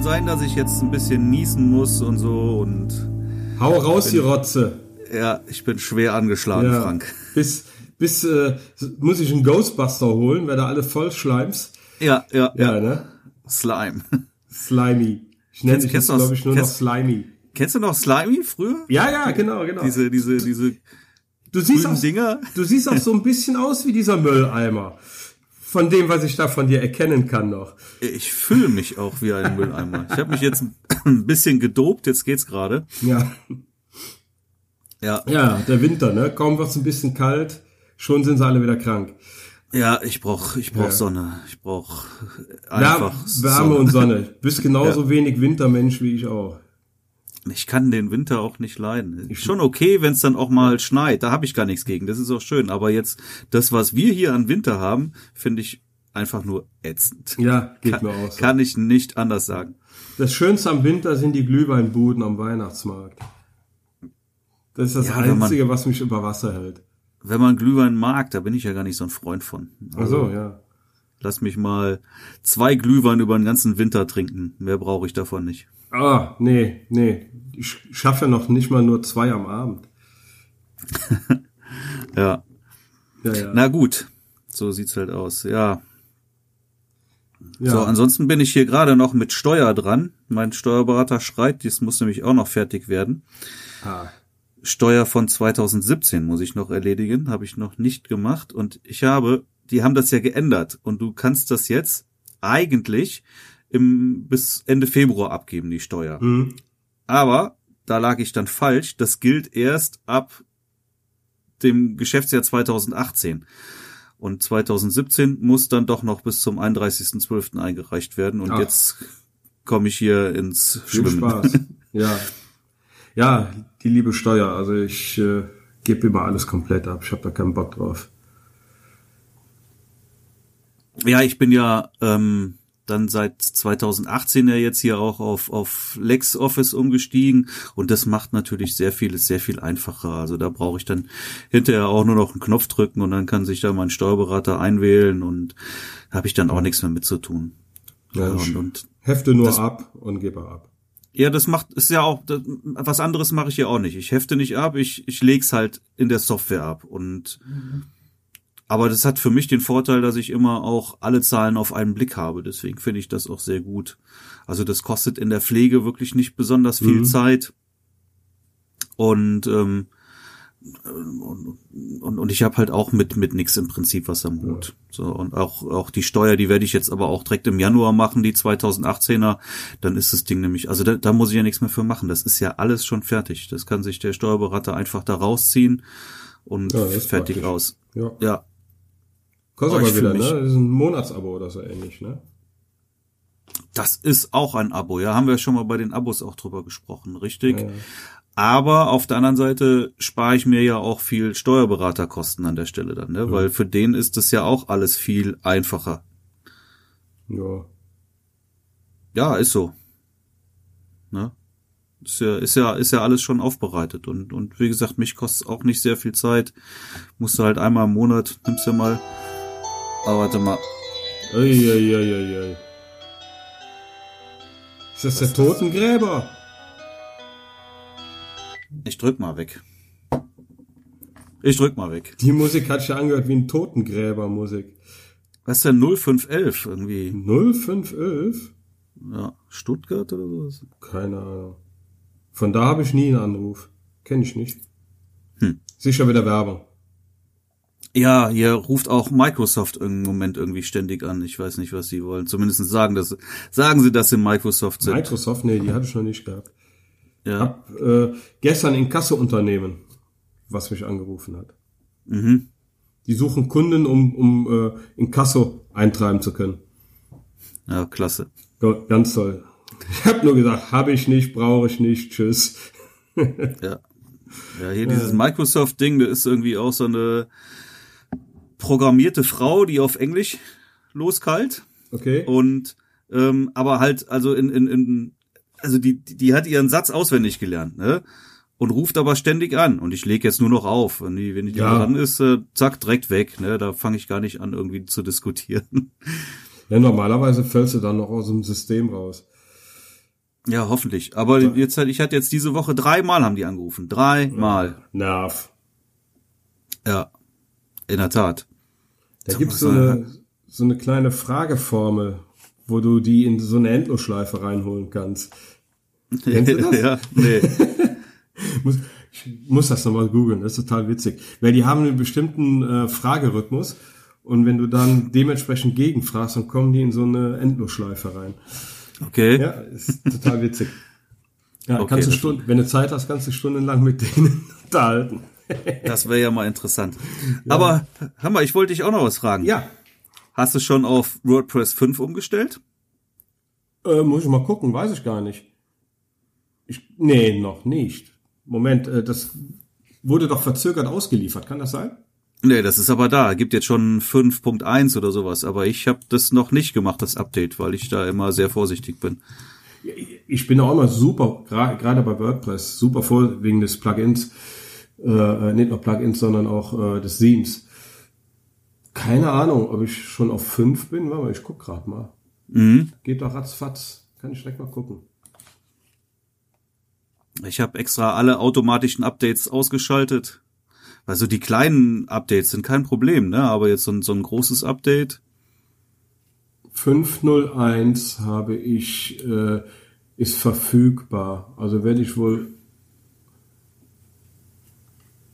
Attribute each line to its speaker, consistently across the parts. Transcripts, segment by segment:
Speaker 1: sein, dass ich jetzt ein bisschen niesen muss und so und.
Speaker 2: Hau raus, die Rotze.
Speaker 1: Ja, ich bin schwer angeschlagen,
Speaker 2: Ja.
Speaker 1: Frank.
Speaker 2: Bis, bis äh, muss ich einen Ghostbuster holen, werde alle voll Schleims.
Speaker 1: Ja, ja, ja.
Speaker 2: Ja, ne?
Speaker 1: Slime.
Speaker 2: Slimy. Ich nenne dich
Speaker 1: kennst
Speaker 2: jetzt,
Speaker 1: du das-
Speaker 2: glaube ich, nur noch
Speaker 1: kennst-
Speaker 2: Slimy.
Speaker 1: Kennst du noch Slimy früher?
Speaker 2: Ja, ja, genau, genau.
Speaker 1: Diese, diese, diese
Speaker 2: du, siehst
Speaker 1: grünen
Speaker 2: auch,
Speaker 1: Dinger?
Speaker 2: du siehst auch so ein bisschen aus wie dieser Mülleimer. Von dem, was ich da von dir erkennen kann noch.
Speaker 1: Ich fühle mich auch wie ein Mülleimer. Ich habe mich jetzt ein bisschen gedopt, jetzt geht's gerade.
Speaker 2: Ja.
Speaker 1: Ja,
Speaker 2: Ja, der Winter, ne? Kaum wird's ein bisschen kalt, schon sind sie alle wieder krank.
Speaker 1: ja, ich brauch, ich brauch
Speaker 2: Ja.
Speaker 1: Sonne. Ich brauch
Speaker 2: Wär-
Speaker 1: einfach
Speaker 2: Wärme
Speaker 1: Sonne.
Speaker 2: und Sonne. Du bist genauso wenig Wintermensch wie ich auch.
Speaker 1: Ich kann den Winter auch nicht leiden. Ist schon okay, wenn es dann auch mal schneit. Da habe ich gar nichts gegen. Das ist auch schön. Aber jetzt das, was wir hier an Winter haben, finde ich einfach nur ätzend.
Speaker 2: Ja, geht
Speaker 1: Kann,
Speaker 2: mir aus.
Speaker 1: kann ich nicht anders sagen.
Speaker 2: Das Schönste am Winter sind die Glühweinbuden am Weihnachtsmarkt. Das ist das
Speaker 1: Ja, wenn man-
Speaker 2: Einzige, was mich über Wasser hält.
Speaker 1: Wenn man Glühwein mag, da bin ich ja gar nicht so ein Freund von.
Speaker 2: Ach
Speaker 1: Also.
Speaker 2: so, ja.
Speaker 1: Lass mich mal zwei Glühwein über den ganzen Winter trinken. Mehr brauche ich davon nicht.
Speaker 2: Ah, nee, nee. Ich schaffe noch nicht mal nur zwei am Abend.
Speaker 1: Ja.
Speaker 2: Ja, ja.
Speaker 1: Na gut. So sieht's halt aus. Ja.
Speaker 2: ja.
Speaker 1: So, ansonsten bin ich hier gerade noch mit Steuer dran. Mein Steuerberater schreit, dies muss nämlich auch noch fertig werden.
Speaker 2: ah.
Speaker 1: Steuer von 2017 muss ich noch erledigen, habe ich noch nicht gemacht und ich habe, die haben das ja geändert und du kannst das jetzt eigentlich im, bis Ende Februar abgeben, die Steuer.
Speaker 2: Hm.
Speaker 1: Aber da lag ich dann falsch, das gilt erst ab dem Geschäftsjahr 2018. Und 2017 muss dann doch noch bis zum 31.12. eingereicht werden und
Speaker 2: Ach.
Speaker 1: jetzt komme ich hier ins
Speaker 2: Viel
Speaker 1: Schwimmen.
Speaker 2: Spaß. Ja. Ja, die liebe Steuer. Also ich äh, gebe immer alles komplett ab. Ich habe da keinen Bock drauf.
Speaker 1: Ja, ich bin ja ähm, dann seit 2018 ja jetzt hier auch auf, auf LexOffice umgestiegen und das macht natürlich sehr vieles sehr viel einfacher. Also da brauche ich dann hinterher auch nur noch einen Knopf drücken und dann kann sich da mein Steuerberater einwählen und habe ich dann auch nichts mehr mit zu tun.
Speaker 2: Ja,
Speaker 1: und,
Speaker 2: ich
Speaker 1: und
Speaker 2: hefte nur
Speaker 1: das-
Speaker 2: ab und gebe ab.
Speaker 1: ja, das macht ist ja auch das, was anderes mache ich ja auch nicht. Ich hefte nicht ab, ich ich leg's halt in der Software ab und aber das hat für mich den Vorteil, dass ich immer auch alle Zahlen auf einen Blick habe. Deswegen finde ich das auch sehr gut. Also das kostet in der Pflege wirklich nicht besonders viel
Speaker 2: Mhm.
Speaker 1: Zeit. Und, ähm, und, und, und ich habe halt auch mit, mit nix im Prinzip was am Hut. So, und auch, auch die Steuer, die werde ich jetzt aber auch direkt im Januar machen, die 2018er. Dann ist das Ding nämlich, also da, da muss ich ja nichts mehr für machen. Das ist ja alles schon fertig. Das kann sich der Steuerberater einfach da rausziehen und
Speaker 2: Ja, das ist
Speaker 1: fertig
Speaker 2: praktisch.
Speaker 1: aus.
Speaker 2: Ja.
Speaker 1: Ja,
Speaker 2: Kostet
Speaker 1: Aber Oh, ich
Speaker 2: aber wieder,
Speaker 1: fühl
Speaker 2: ne?
Speaker 1: mich-
Speaker 2: Das ist ein Monatsabo oder so ähnlich, ne?
Speaker 1: Das ist auch ein Abo, ja, haben wir schon mal bei den Abos auch drüber gesprochen, richtig?
Speaker 2: Ja.
Speaker 1: Aber auf der anderen Seite spare ich mir ja auch viel Steuerberaterkosten an der Stelle dann, ne? Weil für den ist das ja auch alles viel einfacher.
Speaker 2: Ja.
Speaker 1: Ja, ist so. Ne? Ist ja, ist ja, ist ja alles schon aufbereitet und, und wie gesagt, mich kostet auch nicht sehr viel Zeit. Musst du halt einmal im Monat, nimmst ja mal. Aber warte mal.
Speaker 2: Eieieiei. Ist das der Totengräber?
Speaker 1: Ich drück mal weg. Ich drück mal weg.
Speaker 2: Die Musik hat sich ja angehört wie ein Totengräbermusik.
Speaker 1: Was ist denn 0511 irgendwie?
Speaker 2: 0511?
Speaker 1: Ja, Stuttgart oder sowas?
Speaker 2: Keine Ahnung. Von da habe ich nie einen Anruf. Kenn ich nicht.
Speaker 1: Hm.
Speaker 2: Sicher wieder Werbung.
Speaker 1: Ja, hier ruft auch Microsoft im Moment irgendwie ständig an. Ich weiß nicht, was sie wollen. Zumindest sagen das, sagen sie, dass sie Microsoft sind.
Speaker 2: Microsoft, nee, die hatte ich noch nicht gehabt.
Speaker 1: ja.
Speaker 2: Hab äh, gestern ein Kasseunternehmen, was mich angerufen hat.
Speaker 1: Mhm.
Speaker 2: Die suchen Kunden, um, um äh, in Kasso eintreiben zu können.
Speaker 1: Ja, klasse.
Speaker 2: Ja, ganz toll. Ich habe nur gesagt, habe ich nicht, brauche ich nicht, tschüss.
Speaker 1: Ja. Ja, hier dieses Microsoft-Ding, da ist irgendwie auch so eine programmierte Frau, die auf Englisch loskalt.
Speaker 2: Okay.
Speaker 1: Und ähm, aber halt, also in, in, in also die, die die hat ihren Satz auswendig gelernt, ne? Und ruft aber ständig an. Und ich lege jetzt nur noch auf. Wenn die, wenn die
Speaker 2: Ja.
Speaker 1: dran ist, äh, zack, direkt weg. Ne? Da fange ich gar nicht an, irgendwie zu diskutieren.
Speaker 2: Ja, normalerweise fällst du dann noch aus dem System raus.
Speaker 1: Ja, hoffentlich. Aber jetzt halt, ich hatte jetzt diese Woche dreimal haben die angerufen. Dreimal.
Speaker 2: Nerv.
Speaker 1: Ja. In der Tat.
Speaker 2: Da
Speaker 1: Sag
Speaker 2: gibt's so
Speaker 1: mal,
Speaker 2: eine, so eine kleine Frageformel, wo du die in so eine Endlosschleife reinholen kannst. Kennst du das?
Speaker 1: ja, nee.
Speaker 2: muss, ich muss das nochmal googeln, das ist total witzig. Weil die haben einen bestimmten äh, Fragerhythmus und wenn du dann dementsprechend gegenfragst, dann kommen die in so eine Endlosschleife rein.
Speaker 1: Okay.
Speaker 2: Ja, ist total witzig. Ja,
Speaker 1: Okay,
Speaker 2: kannst du
Speaker 1: das-
Speaker 2: Stunden, wenn du Zeit hast, kannst du stundenlang mit denen unterhalten.
Speaker 1: Das wäre ja mal interessant. Aber Hammer, ich wollte dich auch noch was fragen.
Speaker 2: Ja,
Speaker 1: Hast du schon auf WordPress 5 umgestellt?
Speaker 2: äh, muss ich mal gucken, weiß ich gar nicht. Ich, nee, noch nicht. Moment, äh, das wurde doch verzögert ausgeliefert, kann das sein?
Speaker 1: Nee, das ist aber da. Gibt jetzt schon 5.1 oder sowas. Aber ich habe das noch nicht gemacht, das Update, weil ich da immer sehr vorsichtig bin.
Speaker 2: ich bin auch immer super, gra- gerade bei WordPress, super voll wegen des Plugins, äh, nicht nur Plugins, sondern auch äh, des Themes. Keine Ahnung, ob ich schon auf fünf bin, warte mal, ich guck gerade mal. Geht doch ratzfatz, kann ich direkt mal gucken.
Speaker 1: Ich habe extra alle automatischen Updates ausgeschaltet. Also die kleinen Updates sind kein Problem, ne? Aber jetzt so ein, so ein großes Update.
Speaker 2: 501 habe ich, äh, ist verfügbar, also werde ich wohl,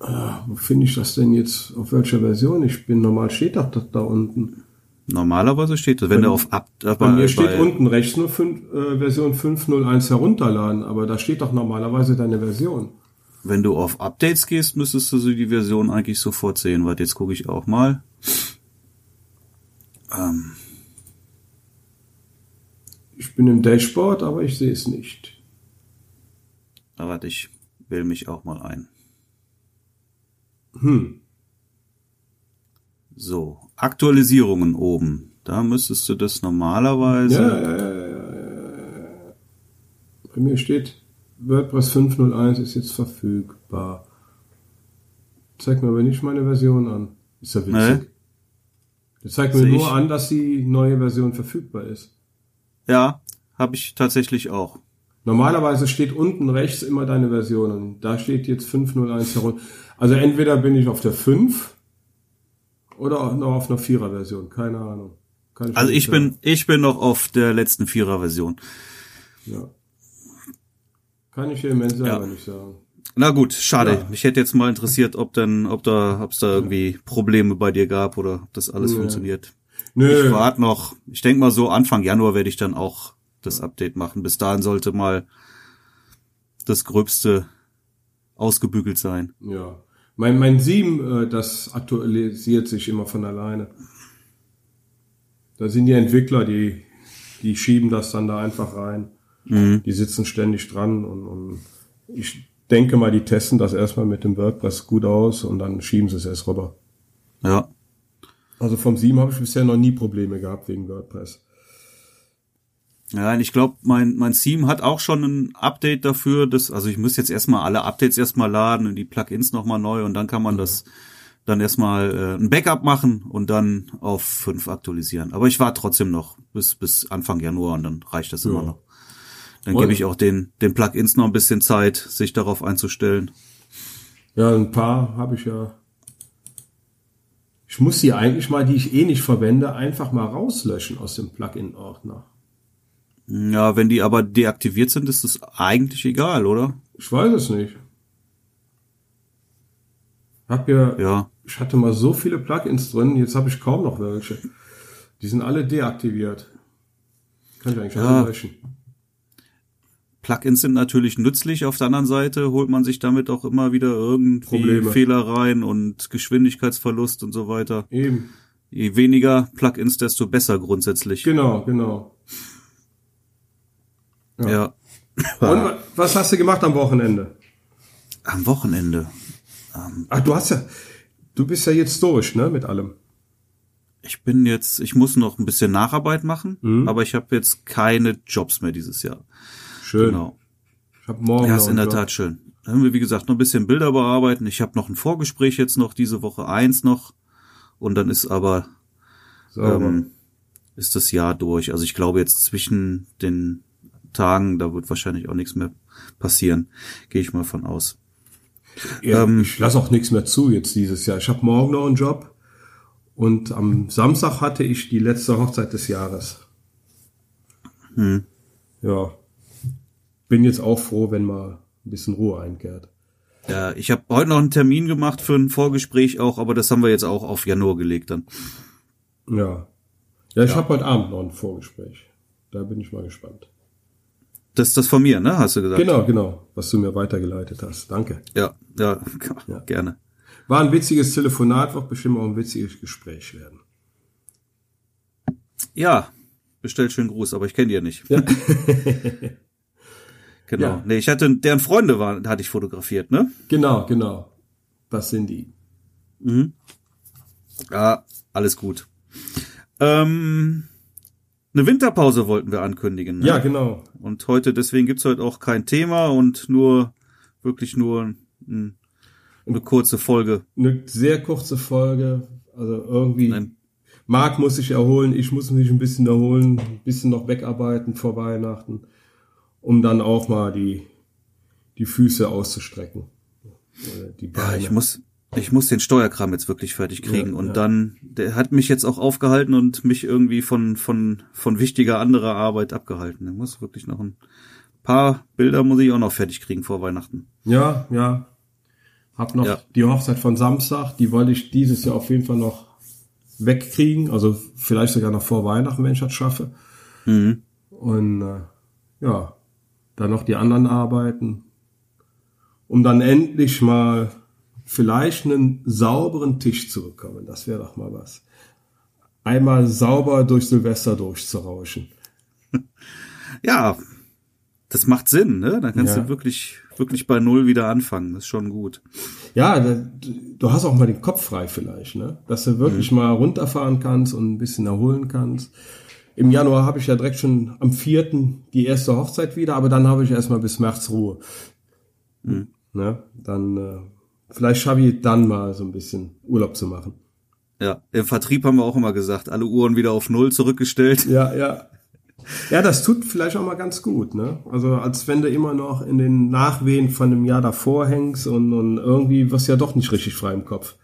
Speaker 2: ah, wo finde ich das denn jetzt, auf welcher Version ich bin, normal steht doch das da unten.
Speaker 1: Normalerweise steht das, wenn du auf Up, äh,
Speaker 2: Bei mir steht unten rechts nur 5, äh, Version 5.01 herunterladen, aber da steht doch normalerweise deine Version.
Speaker 1: wenn du auf Updates gehst, müsstest du so die Version eigentlich sofort sehen. Warte, jetzt gucke ich auch mal. Ähm,
Speaker 2: Ich bin im Dashboard, aber ich sehe es nicht.
Speaker 1: aber warte, ich wähle mich auch mal ein.
Speaker 2: Hm.
Speaker 1: So, Aktualisierungen oben. Da müsstest du das normalerweise.
Speaker 2: Ja, ja, ja, ja, ja. Bei mir steht, WordPress 5.01 ist jetzt verfügbar. Zeig mir aber nicht meine Version an. Ist ja witzig.
Speaker 1: Nee.
Speaker 2: Der zeigt mir
Speaker 1: Sehe
Speaker 2: nur
Speaker 1: ich.
Speaker 2: an, dass die neue Version verfügbar ist.
Speaker 1: ja habe ich tatsächlich auch.
Speaker 2: Normalerweise steht unten rechts immer deine Version und da steht jetzt 501 herunter. Also entweder bin ich auf der 5 oder auch noch auf einer 4er Version, keine Ahnung. Kann
Speaker 1: Also
Speaker 2: nicht
Speaker 1: ich bin, ich bin noch auf der letzten Vierer-Version.
Speaker 2: sagen. Ja. Kann ich dir im Moment selber
Speaker 1: Ja.
Speaker 2: nicht sagen.
Speaker 1: Na gut, schade.
Speaker 2: Ja.
Speaker 1: Mich hätte jetzt mal interessiert, ob dann, ob da, ob es da irgendwie Probleme bei dir gab oder ob das alles
Speaker 2: Nee.
Speaker 1: funktioniert. Ich
Speaker 2: Nö,
Speaker 1: warte noch. Ich denke mal so, Anfang Januar werde ich dann auch das Update machen. Bis dahin sollte mal das Gröbste ausgebügelt sein.
Speaker 2: ja. Mein, mein 7, äh, das aktualisiert sich immer von alleine. Da sind die Entwickler, die, die schieben das dann da einfach rein. Die sitzen ständig dran und, und ich denke mal, die testen das erstmal mit dem WordPress gut aus und dann schieben sie es erst rüber.
Speaker 1: Ja.
Speaker 2: Also vom 7 habe ich bisher noch nie Probleme gehabt wegen WordPress.
Speaker 1: Ja, und ich glaube, mein, mein Team hat auch schon ein Update dafür. Dass, also ich muss jetzt erstmal alle Updates erstmal laden und die Plugins nochmal neu und dann kann man das dann erstmal äh, ein Backup machen und dann auf fünf aktualisieren. Aber ich war trotzdem noch bis, bis Anfang Januar und dann reicht das immer
Speaker 2: Ja.
Speaker 1: noch. Dann
Speaker 2: Und-
Speaker 1: gebe ich auch den, den Plugins noch ein bisschen Zeit, sich darauf einzustellen.
Speaker 2: Ja, ein paar habe ich ja. Ich muss die eigentlich mal, die ich eh nicht verwende, einfach mal rauslöschen aus dem Plugin-Ordner.
Speaker 1: Ja, wenn die aber deaktiviert sind, ist es eigentlich egal, oder?
Speaker 2: Ich weiß es nicht. Hab ja,
Speaker 1: Ja.
Speaker 2: ich hatte mal so viele Plugins drin, jetzt habe ich kaum noch welche. Die sind alle deaktiviert. Kann ich eigentlich
Speaker 1: Ja.
Speaker 2: alle löschen.
Speaker 1: Plugins sind natürlich nützlich. Auf der anderen Seite holt man sich damit auch immer wieder irgendwie
Speaker 2: Probleme.
Speaker 1: Fehler rein und Geschwindigkeitsverlust und so weiter.
Speaker 2: Eben.
Speaker 1: Je weniger Plugins, desto besser grundsätzlich.
Speaker 2: Genau, genau.
Speaker 1: ja.
Speaker 2: Und wa- was hast du gemacht am Wochenende?
Speaker 1: Am Wochenende.
Speaker 2: Ach, du hast ja, du bist ja jetzt durch, ne, mit allem.
Speaker 1: Ich bin jetzt, ich muss noch ein bisschen Nacharbeit machen, aber ich habe jetzt keine Jobs mehr dieses Jahr.
Speaker 2: Schön. Oh,
Speaker 1: Genau.
Speaker 2: Ich habe morgen.
Speaker 1: Ja,
Speaker 2: noch
Speaker 1: ist in
Speaker 2: einen
Speaker 1: der
Speaker 2: Job.
Speaker 1: Tat schön. Dann haben wir, wie gesagt, noch ein bisschen Bilder bearbeiten. Ich habe noch ein Vorgespräch jetzt noch, diese Woche eins noch. Und dann ist aber
Speaker 2: Sauber.
Speaker 1: ähm, ist das Jahr durch. Also ich glaube jetzt zwischen den Tagen, da wird wahrscheinlich auch nichts mehr passieren. Gehe ich mal von aus.
Speaker 2: Ja, ich lasse auch nichts mehr zu jetzt dieses Jahr. Ich habe morgen noch einen Job und am Samstag hatte ich die letzte Hochzeit des Jahres.
Speaker 1: Hm.
Speaker 2: Ja. Bin jetzt auch froh, wenn mal ein bisschen Ruhe einkehrt.
Speaker 1: Ja, ich habe heute noch einen Termin gemacht für ein Vorgespräch auch, aber das haben wir jetzt auch auf Januar gelegt dann.
Speaker 2: Ja. Ja, ich habe heute Abend noch ein Vorgespräch. Da bin ich mal gespannt.
Speaker 1: Das ist das von mir, ne? Hast du gesagt?
Speaker 2: Genau, genau, was du mir weitergeleitet hast. Danke.
Speaker 1: Ja, ja,
Speaker 2: Ja.
Speaker 1: gerne.
Speaker 2: War ein witziges Telefonat, wird bestimmt auch ein witziges Gespräch werden.
Speaker 1: Ja, bestellt schönen Gruß, aber ich kenne die ja nicht.
Speaker 2: Ja.
Speaker 1: Genau.
Speaker 2: Ja.
Speaker 1: Nee, ich hatte, deren Freunde waren, hatte ich fotografiert, ne?
Speaker 2: Genau, genau. Das sind die.
Speaker 1: Ja, alles gut. Ähm, eine Winterpause wollten wir ankündigen. Ne?
Speaker 2: Ja, genau.
Speaker 1: Und heute, deswegen gibt's heute auch kein Thema und nur, wirklich nur ein, eine kurze Folge.
Speaker 2: Eine sehr kurze Folge. Also irgendwie.
Speaker 1: Nein.
Speaker 2: Marc muss sich erholen, ich muss mich ein bisschen erholen, ein bisschen noch wegarbeiten vor Weihnachten, um dann auch mal die, die Füße auszustrecken. Oder Die
Speaker 1: Ja,
Speaker 2: Beine.
Speaker 1: Ah, ich muss, ich muss den Steuerkram jetzt wirklich fertig kriegen.
Speaker 2: Ja,
Speaker 1: und
Speaker 2: ja.
Speaker 1: dann, der hat mich jetzt auch aufgehalten und mich irgendwie von, von, von wichtiger anderer Arbeit abgehalten. Ich muss wirklich noch ein paar Bilder muss ich auch noch fertig kriegen vor Weihnachten.
Speaker 2: Ja, ja. Hab noch
Speaker 1: Ja.
Speaker 2: die Hochzeit von Samstag, die wollte ich dieses Jahr auf jeden Fall noch wegkriegen, also vielleicht sogar noch vor Weihnachten, wenn ich das schaffe.
Speaker 1: Mhm.
Speaker 2: Und äh, ja, dann noch die anderen Arbeiten, um dann endlich mal vielleicht einen sauberen Tisch zu bekommen. Das wäre doch mal was. Einmal sauber durch Silvester durchzurauschen.
Speaker 1: Ja, das macht Sinn, ne? Dann kannst
Speaker 2: Ja.
Speaker 1: du wirklich, wirklich bei Null wieder anfangen. Das ist schon gut.
Speaker 2: Ja, da, du hast auch mal den Kopf frei vielleicht, ne? Dass du wirklich mal runterfahren kannst und ein bisschen erholen kannst. Im Januar habe ich ja direkt schon am 4. die erste Hochzeit wieder, aber dann habe ich erstmal bis März Ruhe. Ne? Dann äh, vielleicht schaffe ich dann mal so ein bisschen Urlaub zu machen.
Speaker 1: Ja, im Vertrieb haben wir auch immer gesagt, alle Uhren wieder auf Null zurückgestellt.
Speaker 2: Ja, ja. Ja, das tut vielleicht auch mal ganz gut, ne? Also als wenn du immer noch in den Nachwehen von dem Jahr davor hängst und, und irgendwie wirst du ja doch nicht richtig frei im Kopf.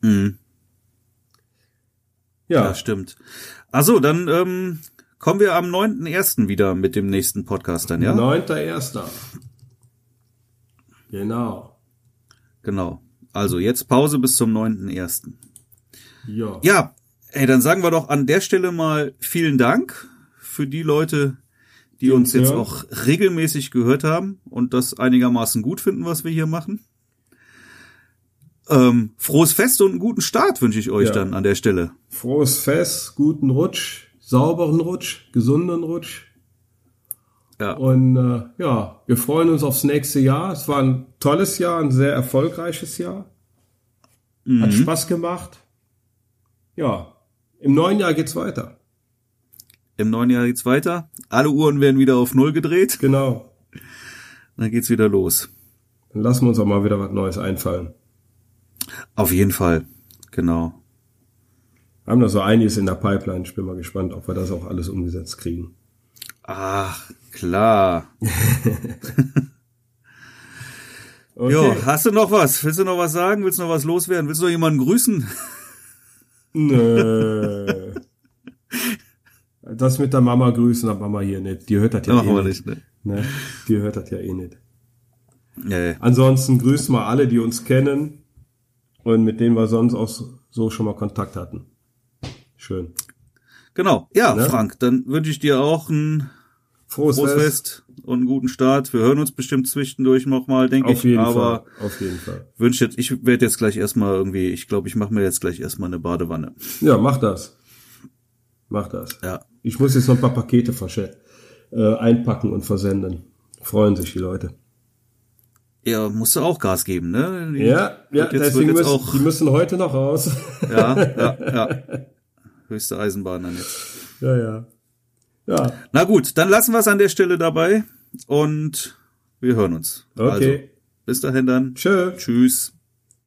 Speaker 1: Mhm. Ja,
Speaker 2: Ja,
Speaker 1: stimmt. Also, dann ähm, kommen wir am 9.1. wieder mit dem nächsten Podcast dann, ja?
Speaker 2: Neunter Erster. Genau.
Speaker 1: Genau. Also jetzt Pause bis zum 9.1.
Speaker 2: Ja.
Speaker 1: Ja, ey, dann sagen wir doch an der Stelle mal vielen Dank für die Leute, die uns
Speaker 2: uns
Speaker 1: jetzt
Speaker 2: hören.
Speaker 1: auch regelmäßig gehört haben und das einigermaßen gut finden, was wir hier machen. Ähm, frohes Fest und einen guten Start wünsche ich euch
Speaker 2: Ja.
Speaker 1: dann an der Stelle.
Speaker 2: Frohes Fest, guten Rutsch, sauberen Rutsch, gesunden Rutsch.
Speaker 1: Ja.
Speaker 2: Und äh, ja, wir freuen uns aufs nächste Jahr. Es war ein tolles Jahr, ein sehr erfolgreiches Jahr.
Speaker 1: Mhm.
Speaker 2: Hat Spaß gemacht. Ja, im neuen Jahr geht's weiter.
Speaker 1: Im neuen Jahr geht's weiter. Alle Uhren werden wieder auf Null gedreht.
Speaker 2: Genau.
Speaker 1: Dann geht's wieder los.
Speaker 2: Dann lassen wir uns auch mal wieder was Neues einfallen.
Speaker 1: Auf jeden Fall. Genau.
Speaker 2: Wir haben da so einiges in der Pipeline. Ich bin mal gespannt, ob wir das auch alles umgesetzt kriegen.
Speaker 1: Ach, klar.
Speaker 2: Okay.
Speaker 1: Jo, hast du noch was? Willst du noch was sagen? Willst du noch was loswerden? Willst du noch jemanden grüßen?
Speaker 2: Nö. Das mit der Mama grüßen, aber Mama hier nicht. Die hört das ja
Speaker 1: Machen
Speaker 2: eh
Speaker 1: wir
Speaker 2: nicht.
Speaker 1: nicht, ne?
Speaker 2: Ne? Die hört das ja eh nicht.
Speaker 1: Nee.
Speaker 2: Ansonsten grüßen wir alle, die uns kennen und mit denen wir sonst auch so schon mal Kontakt hatten. Schön.
Speaker 1: Genau. Ja,
Speaker 2: Ne?
Speaker 1: Frank, dann wünsche ich dir auch ein
Speaker 2: Frohes,
Speaker 1: frohes
Speaker 2: Fest.
Speaker 1: Fest und einen guten Start. Wir hören uns bestimmt zwischendurch nochmal, denke
Speaker 2: Auf
Speaker 1: ich.
Speaker 2: jeden
Speaker 1: Aber
Speaker 2: Fall. Auf jeden Fall.
Speaker 1: wünsche jetzt, ich werde jetzt gleich erstmal irgendwie, ich glaube, ich mache mir jetzt gleich erstmal eine Badewanne.
Speaker 2: Ja, mach das. Mach das.
Speaker 1: Ja.
Speaker 2: Ich muss jetzt noch ein paar Pakete versche- äh, einpacken und versenden. Freuen sich die Leute.
Speaker 1: Ja, musst du auch Gas geben, ne?
Speaker 2: Ja, ja,
Speaker 1: Wird jetzt, wird
Speaker 2: deswegen
Speaker 1: jetzt
Speaker 2: müssen,
Speaker 1: auch,
Speaker 2: die müssen heute noch raus.
Speaker 1: ja, ja, ja. Höchste Eisenbahn dann jetzt.
Speaker 2: ja, ja. Ja,
Speaker 1: Na gut, dann lassen wir es an der Stelle dabei und wir hören uns.
Speaker 2: Okay.
Speaker 1: Also, bis dahin dann.
Speaker 2: Tschö.
Speaker 1: Tschüss.